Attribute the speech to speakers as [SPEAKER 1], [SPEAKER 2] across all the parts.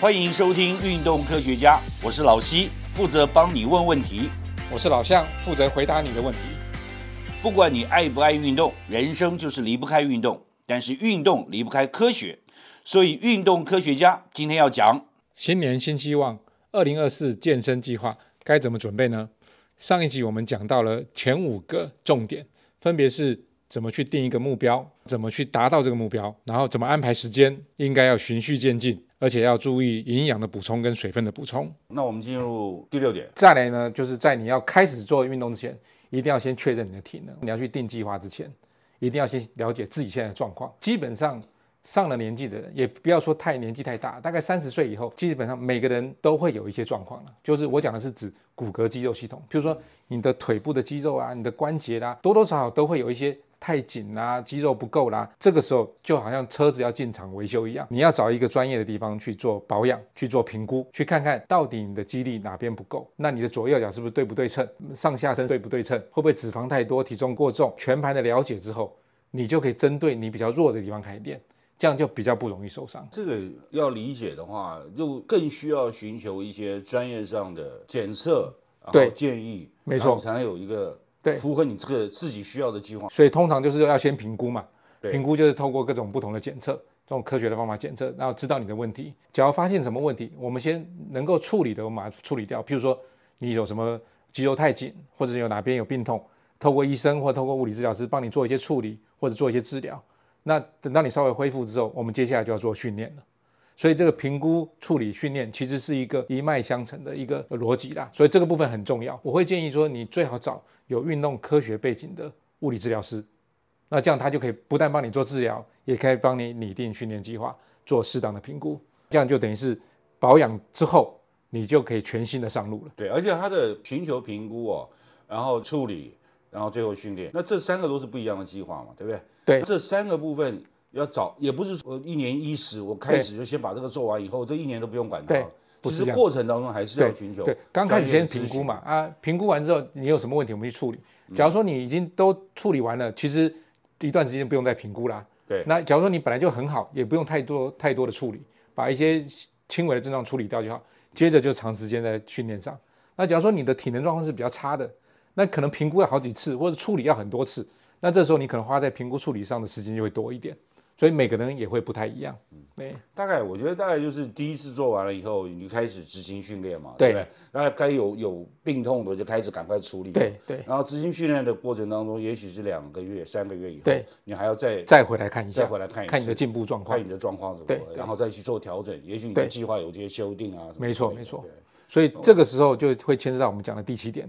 [SPEAKER 1] 欢迎收听《运动科学家》，我是老西，负责帮你问问题。
[SPEAKER 2] 我是老向，负责回答你的问题。
[SPEAKER 1] 不管你爱不爱运动，人生就是离不开运动，但是运动离不开科学，所以《运动科学家》今天要讲
[SPEAKER 2] 新年新希望，二零二四健身计划该怎么准备呢？上一集我们讲到了前五个重点，分别是怎么去定一个目标，怎么去达到这个目标，然后怎么安排时间，应该要循序渐进，而且要注意营养的补充跟水分的补充。
[SPEAKER 1] 那我们进入第六点，
[SPEAKER 2] 再来呢，就是在你要开始做运动之前，一定要先确认你的体能。你要去定计划之前，一定要先了解自己现在的状况。基本上上了年纪的人，也不要说太年纪太大，大概三十岁以后，基本上每个人都会有一些状况了。就是我讲的是指骨骼肌肉系统，比如说你的腿部的肌肉啊，你的关节啦、多多少少都会有一些。太紧啦、肌肉不够啦、这个时候就好像车子要进厂维修一样，你要找一个专业的地方去做保养、去做评估，去看看到底你的肌力哪边不够，那你的左右脚是不是对不对称，上下身对不对称，会不会脂肪太多、体重过重，全盘的了解之后，你就可以针对你比较弱的地方开始练，这样就比较不容易受伤。
[SPEAKER 1] 这个要理解的话，就更需要寻求一些专业上的检测，然后
[SPEAKER 2] 对
[SPEAKER 1] 建议，
[SPEAKER 2] 没错
[SPEAKER 1] 然后才能有一个
[SPEAKER 2] 对
[SPEAKER 1] 符合你这个自己需要的计划。
[SPEAKER 2] 所以通常就是要先评估嘛，
[SPEAKER 1] 对
[SPEAKER 2] 评估就是透过各种不同的检测，这种科学的方法检测，然后知道你的问题。只要发现什么问题，我们先能够处理的，我们把它处理掉。譬如说你有什么肌肉太紧，或者有哪边有病痛，透过医生或透过物理治疗师帮你做一些处理或者做一些治疗。那等到你稍微恢复之后，我们接下来就要做训练了。所以这个评估、处理、训练其实是一个一脉相承的一个逻辑啦，所以这个部分很重要。我会建议说，你最好找有运动科学背景的物理治疗师，那这样他就可以不但帮你做治疗，也可以帮你拟定训练计划，做适当的评估，这样就等于是保养之后，你就可以全新的上路了。
[SPEAKER 1] 对，而且它的寻求评估哦，然后处理，然后最后训练，那这三个都是不一样的计划嘛，对不对？
[SPEAKER 2] 对
[SPEAKER 1] 这三个部分要找，也不是说一年一时，我开
[SPEAKER 2] 对
[SPEAKER 1] 始就先把这个做完，以后这一年都不用管它
[SPEAKER 2] 对
[SPEAKER 1] 了。
[SPEAKER 2] 不
[SPEAKER 1] 其
[SPEAKER 2] 是
[SPEAKER 1] 实
[SPEAKER 2] 这样
[SPEAKER 1] 过程当中还是要寻求
[SPEAKER 2] 对，刚开始
[SPEAKER 1] 专业的
[SPEAKER 2] 先
[SPEAKER 1] 咨
[SPEAKER 2] 评估
[SPEAKER 1] 询
[SPEAKER 2] 嘛，啊，评估完之后你有什么问题，我们去处理。假如说
[SPEAKER 1] 嗯
[SPEAKER 2] 你已经都处理完了，其实一段时间不用再评估啦。
[SPEAKER 1] 对
[SPEAKER 2] 那假如说你本来就很好，也不用太多太多的处理，把一些轻微的症状处理掉就好。接着就长时间在训练上。那假如说你的体能状况是比较差的，那可能评估要好几次，或者处理要很多次。那这时候你可能花在评估处理上的时间就会多一点，所以每个人也会不太一样。
[SPEAKER 1] 嗯
[SPEAKER 2] 对，
[SPEAKER 1] 大概我觉得大概就是第一次做完了以后，你就开始执行训练嘛，
[SPEAKER 2] 对
[SPEAKER 1] 不对？那该有有病痛的就开始赶快处理。
[SPEAKER 2] 对对
[SPEAKER 1] 然后执行训练的过程当中，也许是两个月、三个月以后，
[SPEAKER 2] 对，
[SPEAKER 1] 你还要再
[SPEAKER 2] 再回来看一下，
[SPEAKER 1] 再回来看一次
[SPEAKER 2] 看你的进步状况
[SPEAKER 1] 看。你的状况如
[SPEAKER 2] 对
[SPEAKER 1] 何，
[SPEAKER 2] 对
[SPEAKER 1] 然后再去做调整。也许你的
[SPEAKER 2] 对
[SPEAKER 1] 计划有这些修订啊，什么
[SPEAKER 2] 没错
[SPEAKER 1] 之类的
[SPEAKER 2] 没错。
[SPEAKER 1] 对
[SPEAKER 2] 所以这个时候就会牵涉到我们讲的第七点，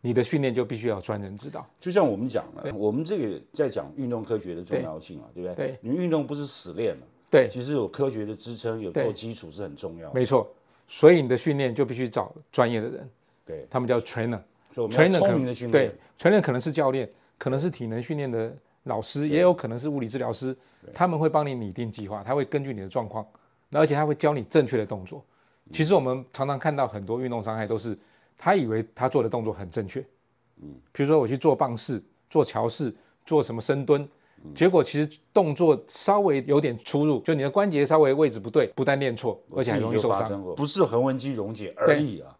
[SPEAKER 2] 你的训练就必须要有专人指导。
[SPEAKER 1] 就像我们讲了，我们这个在讲运动科学的重要性啊，对不对？
[SPEAKER 2] 对
[SPEAKER 1] 你运动不是死练嘛，
[SPEAKER 2] 对，
[SPEAKER 1] 其实有科学的支撑，有做
[SPEAKER 2] 对
[SPEAKER 1] 基础是很重要的。
[SPEAKER 2] 没错。所以你的训练就必须找专业的人，
[SPEAKER 1] 对，
[SPEAKER 2] 他们叫 trainer。
[SPEAKER 1] 所以我们
[SPEAKER 2] trainer
[SPEAKER 1] 要
[SPEAKER 2] 可
[SPEAKER 1] 聪明的训
[SPEAKER 2] 能
[SPEAKER 1] 练
[SPEAKER 2] 对。trainer 可能是教练，可能是体能训练的老师，也有可能是物理治疗师，他们会帮你拟定计划，他会根据你的状况，那而且他会教你正确的动作。
[SPEAKER 1] 嗯
[SPEAKER 2] 其实我们常常看到很多运动伤害都是他以为他做的动作很正确，嗯，比如说我去做棒式、做桥式、做什么深蹲。
[SPEAKER 1] 嗯
[SPEAKER 2] 结果其实动作稍微有点出入，就你的关节稍微位置不对，不但练错，而且还容易受
[SPEAKER 1] 我自己就发
[SPEAKER 2] 伤。
[SPEAKER 1] 生过，不是横纹肌溶解而已啊，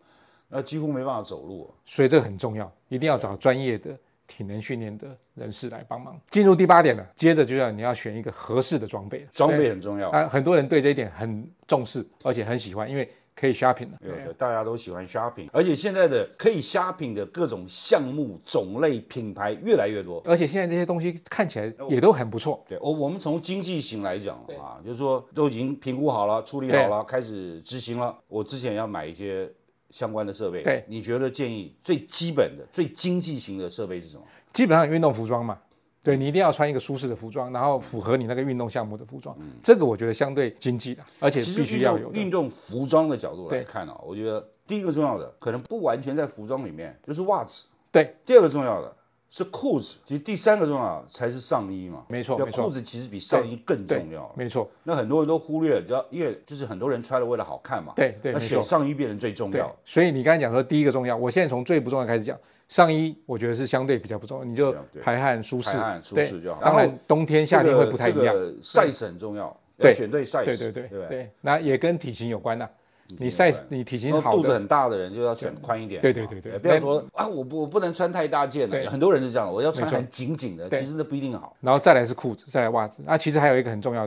[SPEAKER 1] 那几乎没办法走路啊、
[SPEAKER 2] 所以这个很重要，一定要找专业的体能训练的人士来帮忙。进入第八点了，接着就要你要选一个合适的装备了。
[SPEAKER 1] 装备很重要，
[SPEAKER 2] 啊，很多人对这一点很重视，而且很喜欢，因为可以 shopping 了。
[SPEAKER 1] 对对，大家都喜欢 shopping，而且现在的可以 shopping 的各种项目、种类、品牌越来越多。
[SPEAKER 2] 而且现在这些东西看起来也都很不错。
[SPEAKER 1] 对，我我们从经济型来讲的话，就是说都已经评估好了、处理好了，开始执行了。我之前要买一些相关的设备，
[SPEAKER 2] 对，
[SPEAKER 1] 你觉得建议最基本的、最经济型的设备是什么？
[SPEAKER 2] 基本上运动服装嘛，对你一定要穿一个舒适的服装，然后符合你那个运动项目的服装。这个我觉得相对经济了，而且
[SPEAKER 1] 嗯其实
[SPEAKER 2] 必须
[SPEAKER 1] 运
[SPEAKER 2] 要
[SPEAKER 1] 动
[SPEAKER 2] 有的。
[SPEAKER 1] 运动服装的角度来
[SPEAKER 2] 对
[SPEAKER 1] 看啊，我觉得第一个重要的可能不完全在服装里面，就是袜子。
[SPEAKER 2] 对，
[SPEAKER 1] 第二个重要的是裤子，其实第三个重要的才是上衣嘛。
[SPEAKER 2] 没错
[SPEAKER 1] 对
[SPEAKER 2] 没错
[SPEAKER 1] 裤子其实比上衣更
[SPEAKER 2] 对
[SPEAKER 1] 重要。
[SPEAKER 2] 没错，
[SPEAKER 1] 那很多人都忽略了，只要因为就是很多人穿了为了好看嘛。
[SPEAKER 2] 对对
[SPEAKER 1] 那
[SPEAKER 2] 没
[SPEAKER 1] 选
[SPEAKER 2] 错
[SPEAKER 1] 上衣变成最重
[SPEAKER 2] 对
[SPEAKER 1] 要。。
[SPEAKER 2] 所以你刚才讲说第一个重要，我现在从最不重要开始讲。上衣我觉得是相对比较不重要，你就
[SPEAKER 1] 对啊对
[SPEAKER 2] 排汗舒适，
[SPEAKER 1] 排汗舒
[SPEAKER 2] 对
[SPEAKER 1] 适就好
[SPEAKER 2] 当
[SPEAKER 1] 然
[SPEAKER 2] 然冬天夏天
[SPEAKER 1] 这个
[SPEAKER 2] 会不太一样。
[SPEAKER 1] 这个 size 很重要，
[SPEAKER 2] 对
[SPEAKER 1] 要选对 size，
[SPEAKER 2] 对对对
[SPEAKER 1] 对不
[SPEAKER 2] 对，那也跟体型有关呐。你 size 你体型
[SPEAKER 1] 然后
[SPEAKER 2] 好
[SPEAKER 1] 肚子
[SPEAKER 2] 的，
[SPEAKER 1] 很大的人就要选宽一点，
[SPEAKER 2] 对对对对哎
[SPEAKER 1] 啊不要说啊，我不我不能穿太大件
[SPEAKER 2] 对
[SPEAKER 1] 了，很多人是这样，我要穿
[SPEAKER 2] 没错
[SPEAKER 1] 很紧紧的，
[SPEAKER 2] 对
[SPEAKER 1] 其实那不一定好。
[SPEAKER 2] 然后再来是裤子，再来袜子。那其实还有一个很重要，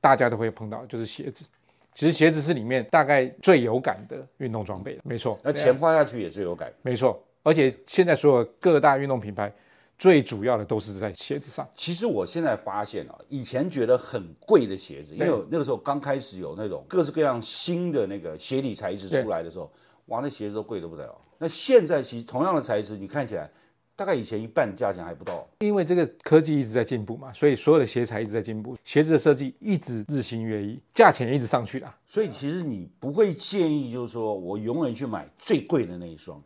[SPEAKER 2] 大家都会碰到，就是鞋子。其实鞋子是里面大概最有感的运动装备了，没错，
[SPEAKER 1] 那钱花下去也最有感，
[SPEAKER 2] 没错。而且现在所有各大运动品牌最主要的都是在鞋子上。
[SPEAKER 1] 其实我现在发现啊，以前觉得很贵的鞋子，因为我那个时候刚开始有那种各式各样新的那个鞋底材质出来的时候，哇，那鞋子都贵得不得了。那现在其实同样的材质，你看起来大概以前一半价钱还不到。啊
[SPEAKER 2] 因为这个科技一直在进步嘛，所以所有的鞋材一直在进步，鞋子的设计一直日新月异，价钱一直上去啦。
[SPEAKER 1] 所以其实你不会建议，就是说我永远去买最贵的那一双，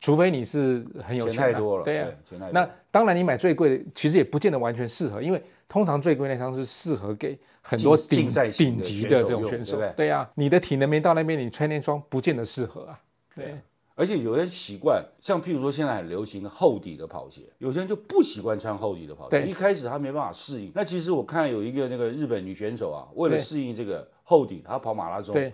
[SPEAKER 2] 除非你是很有
[SPEAKER 1] 钱
[SPEAKER 2] 钱
[SPEAKER 1] 太
[SPEAKER 2] 啊
[SPEAKER 1] 多了，
[SPEAKER 2] 对呀、
[SPEAKER 1] 钱太多
[SPEAKER 2] 那
[SPEAKER 1] 了。
[SPEAKER 2] 当然，你买最贵的其实也不见得完全适合，因为通常最贵那双是适合给很多
[SPEAKER 1] 竞
[SPEAKER 2] 顶
[SPEAKER 1] 竞赛型
[SPEAKER 2] 顶
[SPEAKER 1] 的
[SPEAKER 2] 级
[SPEAKER 1] 选
[SPEAKER 2] 的
[SPEAKER 1] 手
[SPEAKER 2] 这种
[SPEAKER 1] 用
[SPEAKER 2] 选手
[SPEAKER 1] 对不对，
[SPEAKER 2] 对呀、啊你的体能没到那边，你穿那双不见得适合啊。对，
[SPEAKER 1] 而且有些人习惯，像譬如说现在很流行的厚底的跑鞋，有些人就不习惯穿厚底的跑鞋，
[SPEAKER 2] 对
[SPEAKER 1] 一开始他没办法适应。那其实我看有一个那个日本女选手啊，为了
[SPEAKER 2] 对
[SPEAKER 1] 适应这个厚底，她跑马拉松，
[SPEAKER 2] 对，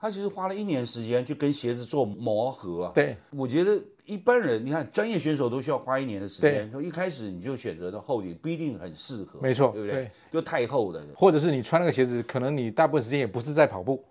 [SPEAKER 1] 她其实花了一年时间去跟鞋子做磨合啊。
[SPEAKER 2] 对，
[SPEAKER 1] 我觉得一般人，你看专业选手都需要花一年的时间，就一开始你就选择的厚底不一定很适合，
[SPEAKER 2] 没错
[SPEAKER 1] 对不对？
[SPEAKER 2] 对
[SPEAKER 1] 就太厚的，
[SPEAKER 2] 或者是你穿那个鞋子，可能你大部分时间也不是在跑步，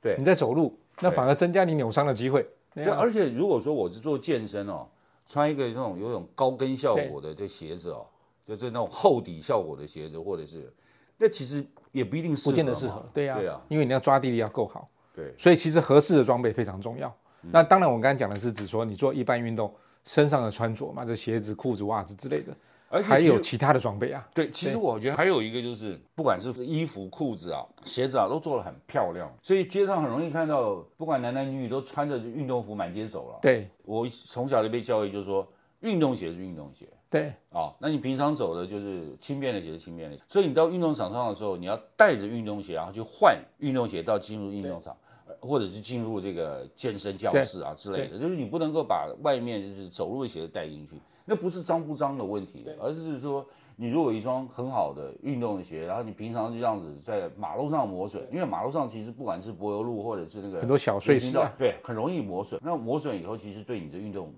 [SPEAKER 1] 对
[SPEAKER 2] 你在走路，那反而增加你扭伤的机会。对
[SPEAKER 1] 对，
[SPEAKER 2] 呀、
[SPEAKER 1] 而且如果说我是做健身哦，穿一个那种有一种高跟效果的这鞋子哦，就是那种厚底效果的鞋子，或者是，那其实也不一定适合
[SPEAKER 2] 不
[SPEAKER 1] 嘛，
[SPEAKER 2] 见得适合。对呀、
[SPEAKER 1] 对啊，
[SPEAKER 2] 因为你要抓地力要够好。
[SPEAKER 1] 对，
[SPEAKER 2] 所以其实合适的装备非常重要。那当然，我刚才讲的是指说你做一般运动身上的穿着嘛，这鞋子、裤子、袜子之类的，
[SPEAKER 1] 而且
[SPEAKER 2] 还
[SPEAKER 1] 其
[SPEAKER 2] 有
[SPEAKER 1] 实
[SPEAKER 2] 其他的装备啊。
[SPEAKER 1] 对，其实我觉得还有一个就是，不管是衣服、裤子啊、鞋子啊，都做得很漂亮，所以街上很容易看到，不管男男女女都穿着运动服满街走了。
[SPEAKER 2] 对
[SPEAKER 1] 我从小就被教育就是说，运动鞋是运动鞋，
[SPEAKER 2] 对
[SPEAKER 1] 哦，那你平常走的就是轻便的鞋是轻便的鞋，所以你到运动场上的时候，你要带着运动鞋，然后去换运动鞋到进入运动场，呃或者是进入这个健身教室啊之类的，就是你不能够把外面就是走路的鞋带进去，那不是脏不脏的问题，而是说你如果有一双很好的运动的鞋，然后你平常就这样子在马路上磨损，因为马路上其实不管是柏油路或者是那个
[SPEAKER 2] 很多小碎石啊
[SPEAKER 1] 人行道对，很容易磨损，那磨损以后其实对你的运动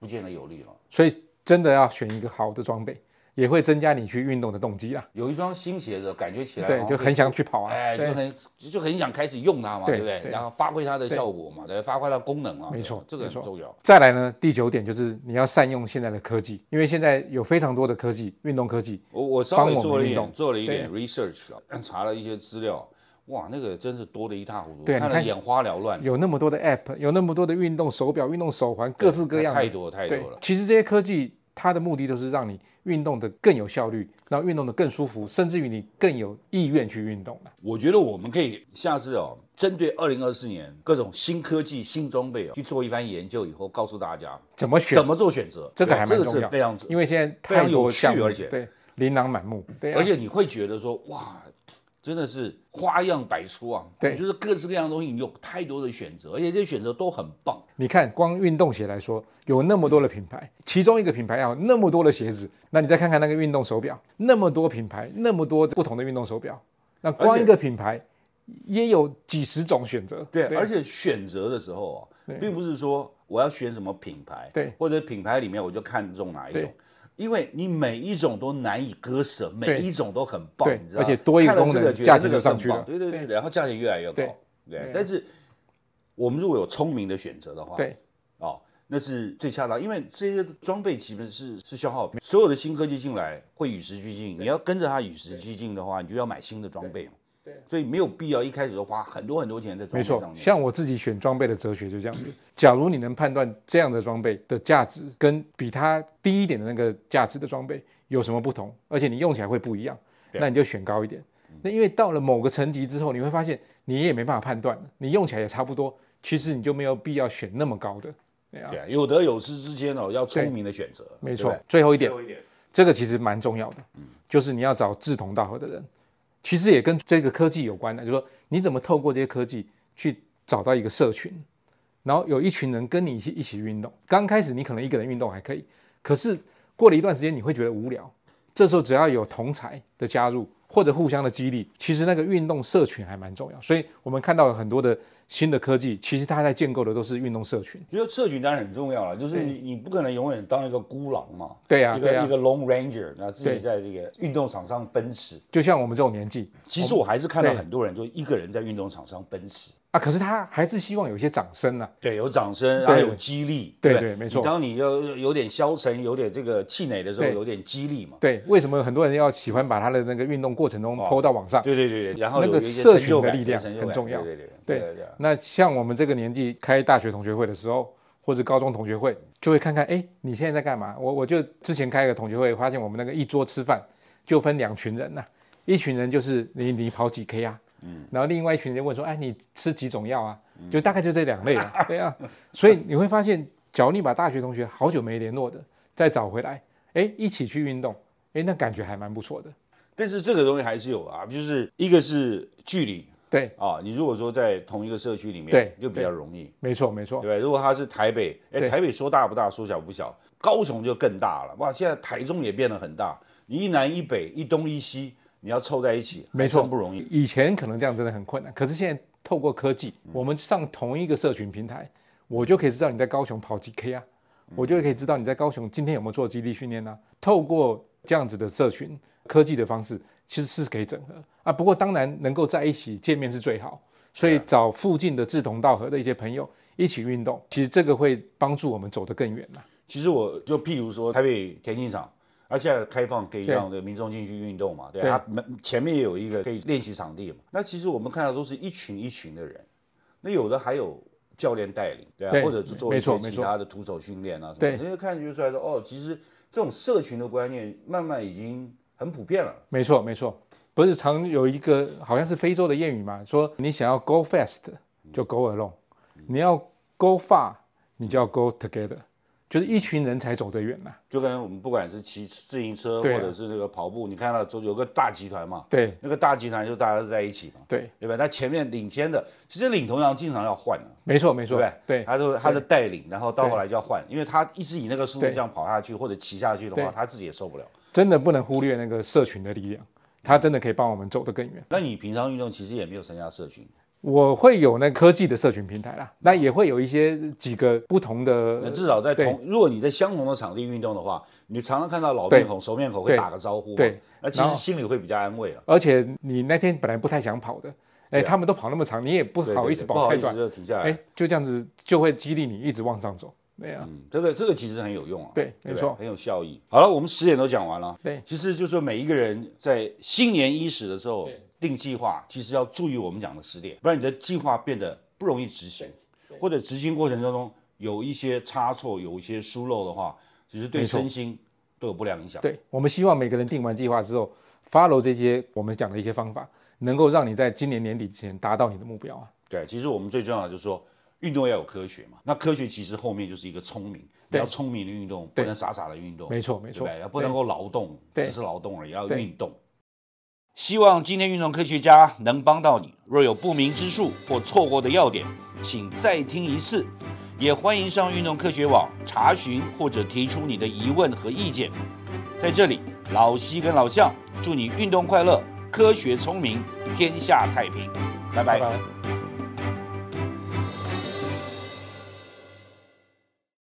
[SPEAKER 1] 不见得有利了。
[SPEAKER 2] 所以真的要选一个好的装备，也会增加你去运动的动机啊。
[SPEAKER 1] 有一双新鞋子，感觉起来
[SPEAKER 2] 对
[SPEAKER 1] 好，像
[SPEAKER 2] 就很想去跑啊。
[SPEAKER 1] 哎，就
[SPEAKER 2] 对
[SPEAKER 1] 很就就很想开始用它嘛，
[SPEAKER 2] 对
[SPEAKER 1] 对不对？
[SPEAKER 2] 对
[SPEAKER 1] 然后发挥它的效果嘛，对，发挥它的功能啊，
[SPEAKER 2] 没
[SPEAKER 1] 对
[SPEAKER 2] 错
[SPEAKER 1] 这个
[SPEAKER 2] 没错
[SPEAKER 1] 很重要。
[SPEAKER 2] 再来呢，第九点就是你要善用现在的科技，因为现在有非常多的科技，运动科技。
[SPEAKER 1] 我我稍
[SPEAKER 2] 帮我
[SPEAKER 1] 微
[SPEAKER 2] 们
[SPEAKER 1] 做了一
[SPEAKER 2] 运动
[SPEAKER 1] 点做了一点 research 啊，查了一些资料，哇，那个真是多的一塌糊涂，
[SPEAKER 2] 对啊
[SPEAKER 1] 看
[SPEAKER 2] 你
[SPEAKER 1] 得
[SPEAKER 2] 看
[SPEAKER 1] 眼花缭乱，
[SPEAKER 2] 有那么多的 App，有那么多的运动手表、运动手环，各式各样的
[SPEAKER 1] 太多太
[SPEAKER 2] 对，
[SPEAKER 1] 多了。
[SPEAKER 2] 其实这些科技它的目的都是让你运动的更有效率，让运动的更舒服，甚至于你更有意愿去运动了。
[SPEAKER 1] 我觉得我们可以下次哦，针对二零二四年各种新科技、新装备哦，去做一番研究以后，告诉大家
[SPEAKER 2] 怎么选
[SPEAKER 1] 怎？么做选择，
[SPEAKER 2] 这个
[SPEAKER 1] 对
[SPEAKER 2] 还蛮
[SPEAKER 1] 这
[SPEAKER 2] 重
[SPEAKER 1] 个是
[SPEAKER 2] 要
[SPEAKER 1] 非常
[SPEAKER 2] 因为现在
[SPEAKER 1] 非常
[SPEAKER 2] 太多
[SPEAKER 1] 有趣
[SPEAKER 2] 项目，
[SPEAKER 1] 而且
[SPEAKER 2] 对琳琅满目，对、啊，
[SPEAKER 1] 而且你会觉得说，哇，真的是花样百出啊！
[SPEAKER 2] 对
[SPEAKER 1] 就是各式各样的东西，你有太多的选择，而且这些选择都很棒。
[SPEAKER 2] 你看光运动鞋来说，有那么多的品牌，其中一个品牌要有那么多的鞋子，那你再看看那个运动手表，那么多品牌，那么多不同的运动手表，那光一个品牌也有几十种选择，
[SPEAKER 1] 对，
[SPEAKER 2] 对
[SPEAKER 1] 而且选择的时候啊，并不是说我要选什么品牌，
[SPEAKER 2] 对
[SPEAKER 1] 或者品牌里面我就看中哪一种
[SPEAKER 2] 对。
[SPEAKER 1] 因为你每一种都难以割舍，每一种都很棒，
[SPEAKER 2] 对
[SPEAKER 1] 你知道吗
[SPEAKER 2] 而且多一个
[SPEAKER 1] 看了
[SPEAKER 2] 功能
[SPEAKER 1] 这个觉得
[SPEAKER 2] 价钱
[SPEAKER 1] 这个
[SPEAKER 2] 就上
[SPEAKER 1] 更
[SPEAKER 2] 去了
[SPEAKER 1] 棒对对对，然后价钱越来越高，
[SPEAKER 2] 对
[SPEAKER 1] 对。但是我们如果有聪明的选择的话，
[SPEAKER 2] 对
[SPEAKER 1] 哦，那是最恰当，因为这些装备基本是是消耗品，所有的新科技进来会与时俱进，你要跟着它与时俱进的话，你就要买新的装备嘛。
[SPEAKER 2] 对对，
[SPEAKER 1] 所以没有必要一开始就花很多很多钱在装
[SPEAKER 2] 没
[SPEAKER 1] 备上
[SPEAKER 2] 错
[SPEAKER 1] 面，。
[SPEAKER 2] 像我自己选装备的哲学就这样子。假如你能判断这样的装备的价值跟比它低一点的那个价值的装备有什么不同，而且你用起来会不一样，
[SPEAKER 1] 啊
[SPEAKER 2] 那你就选高一点。
[SPEAKER 1] 嗯
[SPEAKER 2] 那因为到了某个层级之后，你会发现你也没办法判断了，你用起来也差不多，其实你就没有必要选那么高的。对啊，
[SPEAKER 1] 对啊，有得有失之间哦，要聪明的选择。
[SPEAKER 2] 没
[SPEAKER 1] 对
[SPEAKER 2] 错
[SPEAKER 1] 不对。
[SPEAKER 2] 最后一点，这个其实蛮重要的，就是你要找志同道合的人。其实也跟这个科技有关的，就是说你怎么透过这些科技去找到一个社群，然后有一群人跟你一起一起运动。刚开始你可能一个人运动还可以，可是过了一段时间你会觉得无聊，这时候只要有同才的加入，或者互相的激励，其实那个运动社群还蛮重要。所以我们看到了很多的新的科技，其实它在建构的都是运动社群。
[SPEAKER 1] 因为社群当然很重要了，就是你你不可能永远当一个孤狼嘛，
[SPEAKER 2] 对呀、
[SPEAKER 1] 一
[SPEAKER 2] 啊对
[SPEAKER 1] 个
[SPEAKER 2] 呀、
[SPEAKER 1] 一个 long ranger，那自
[SPEAKER 2] 对
[SPEAKER 1] 己在这个运动场上奔驰。
[SPEAKER 2] 就像我们这种年纪
[SPEAKER 1] 其实我还是看到
[SPEAKER 2] 对
[SPEAKER 1] 很多人就一个人在运动场上奔驰，
[SPEAKER 2] 啊，可是他还是希望有一些掌声啊。
[SPEAKER 1] 对，有掌声，还有激励，
[SPEAKER 2] 对
[SPEAKER 1] 不
[SPEAKER 2] 对没错
[SPEAKER 1] 你当你有有点消沉、有点这个气馁的时候，
[SPEAKER 2] 对
[SPEAKER 1] 有点激励嘛。
[SPEAKER 2] 对，为什么很多人要喜欢把他的那个运动过程中抛到网上？
[SPEAKER 1] 对对对对，然后
[SPEAKER 2] 那
[SPEAKER 1] 有
[SPEAKER 2] 个
[SPEAKER 1] 一些
[SPEAKER 2] 社
[SPEAKER 1] 成
[SPEAKER 2] 群
[SPEAKER 1] 就
[SPEAKER 2] 的
[SPEAKER 1] 感
[SPEAKER 2] 力量
[SPEAKER 1] 成就
[SPEAKER 2] 很
[SPEAKER 1] 感
[SPEAKER 2] 重要
[SPEAKER 1] 对对对
[SPEAKER 2] 对
[SPEAKER 1] 对对。
[SPEAKER 2] 那像我们这个年纪开大学同学会的时候，或者高中同学会，就会看看，哎，你现在在干嘛？我我就之前开一个同学会，发现我们那个一桌吃饭就分两群人呐、一群人就是你你跑几 K 啊，嗯，然后另外一群人就问说，哎，你吃几种药啊？就大概就这两类了，对啊。所以你会发现，假如你把大学同学好久没联络的再找回来，哎，一起去运动，哎，那感觉还蛮不错的。
[SPEAKER 1] 但是这个东西还是有啊，就是一个是距离
[SPEAKER 2] 对，
[SPEAKER 1] 啊，你如果说在同一个社区里面，
[SPEAKER 2] 对
[SPEAKER 1] 就比较容易，
[SPEAKER 2] 没错没错
[SPEAKER 1] 对，吧如果他是台北，哎，
[SPEAKER 2] 哦对
[SPEAKER 1] 台北说大不大，说小不小，高雄就更大了，哇，现在台中也变得很大，你一南一北，一东一西，你要凑在一起，
[SPEAKER 2] 没
[SPEAKER 1] 还
[SPEAKER 2] 错
[SPEAKER 1] 真不容易。
[SPEAKER 2] 以前可能这样真的很困难，可是现在透过科技，我们上同一个社群平台，我就可以知道你在高雄跑几 K 啊，我就可以知道你在高雄今天有没有做基地训练啊。透过这样子的社群科技的方式，其实是可以整合啊。不过当然能够在一起见面是最好，所以找附近的志同道合的一些朋友一起运动，其实这个会帮助我们走得更远啦。
[SPEAKER 1] 其实我就譬如说台北田径场，而且开放可以
[SPEAKER 2] 对
[SPEAKER 1] 让这个民众进去运动嘛，对，
[SPEAKER 2] 对
[SPEAKER 1] 它门前面也有一个可以练习场地嘛。那其实我们看到都是一群一群的人，那有的还有教练带领，对啊，
[SPEAKER 2] 对
[SPEAKER 1] 或者是做一
[SPEAKER 2] 没错
[SPEAKER 1] 些
[SPEAKER 2] 没
[SPEAKER 1] 其
[SPEAKER 2] 错
[SPEAKER 1] 他的徒手训练啊什么
[SPEAKER 2] 对
[SPEAKER 1] 的，那就看觉出来说，哦，其实这种社群的观念慢慢已经很普遍了。
[SPEAKER 2] 没错，没错，不是常有一个好像是非洲的谚语嘛，说你想要 go fast 就 go alone，、你要 go far 你就要 go together，就是一群人才走得远呐、
[SPEAKER 1] 就跟我们不管是骑自行车、
[SPEAKER 2] 对啊
[SPEAKER 1] 或者是那个跑步，你看到就有个大集团嘛，
[SPEAKER 2] 对
[SPEAKER 1] 那个大集团就大家都在一起嘛，
[SPEAKER 2] 对，
[SPEAKER 1] 对吧？那前面领先的，其实领头羊经常要换啊。
[SPEAKER 2] 没错没
[SPEAKER 1] 对
[SPEAKER 2] 错
[SPEAKER 1] 不对，？
[SPEAKER 2] 对
[SPEAKER 1] 他说他的带领，然后到
[SPEAKER 2] 对
[SPEAKER 1] 后来就要换，因为他一直以那个速度
[SPEAKER 2] 对
[SPEAKER 1] 这样跑下去或者骑下去的话，
[SPEAKER 2] 对
[SPEAKER 1] 他自己也受不了。
[SPEAKER 2] 真的不能忽略那个社群的力量，它真的可以帮我们走得更远。
[SPEAKER 1] 那你平常运动其实也没有参加社群，
[SPEAKER 2] 我会有那科技的社群平台啦，那也会有一些几个不同
[SPEAKER 1] 那
[SPEAKER 2] 的，
[SPEAKER 1] 至少在
[SPEAKER 2] 呃对
[SPEAKER 1] 同，如果你在相同的场地运动的话，你常常看到老
[SPEAKER 2] 对
[SPEAKER 1] 面孔、熟面孔会
[SPEAKER 2] 对
[SPEAKER 1] 打个招呼嘛，
[SPEAKER 2] 对
[SPEAKER 1] 那其
[SPEAKER 2] 然
[SPEAKER 1] 实
[SPEAKER 2] 后
[SPEAKER 1] 心里会比较安慰了。
[SPEAKER 2] 而且你那天本来不太想跑的，哎，他们都跑那么长，你也不
[SPEAKER 1] 啊对
[SPEAKER 2] 好
[SPEAKER 1] 对
[SPEAKER 2] 意
[SPEAKER 1] 对
[SPEAKER 2] 思
[SPEAKER 1] 不
[SPEAKER 2] 跑
[SPEAKER 1] 好
[SPEAKER 2] 太
[SPEAKER 1] 意思
[SPEAKER 2] 短，
[SPEAKER 1] 就停下来
[SPEAKER 2] 哎。，就这样子就会激励你一直往上走，对啊。
[SPEAKER 1] 嗯，这个这个其实很有用啊，
[SPEAKER 2] 对
[SPEAKER 1] 不
[SPEAKER 2] 没错
[SPEAKER 1] 很有效益。好了，我们十点都讲完了。
[SPEAKER 2] 对，
[SPEAKER 1] 其实就是说每一个人在新年伊始的时候定计划，其实要注意我们讲的十点，不然你的计划变得不容易执行，或者执行过程当中有一些差错、有一些疏漏的话，其实对
[SPEAKER 2] 没错
[SPEAKER 1] 身心都有不良影响。
[SPEAKER 2] 对，我们希望每个人定完计划之后，follow 这些我们讲的一些方法，能够让你在今年年底之前达到你的目标啊。
[SPEAKER 1] 对，其实我们最重要的就是说，运动要有科学嘛。那科学其实后面就是一个聪明，你要聪明的运动，不能傻傻的运动，
[SPEAKER 2] 没错，没
[SPEAKER 1] 对
[SPEAKER 2] 错
[SPEAKER 1] 不，对？要不能够劳动，
[SPEAKER 2] 对
[SPEAKER 1] 只是劳动而已，要
[SPEAKER 2] 对
[SPEAKER 1] 运动。
[SPEAKER 3] 希望今天运动科学家能帮到你。若有不明之处或错过的要点，请再听一次。也欢迎上运动科学网查询或者提出你的疑问和意见。在这里，老西跟老向祝你运动快乐，科学聪明，天下太平。拜拜
[SPEAKER 2] 拜拜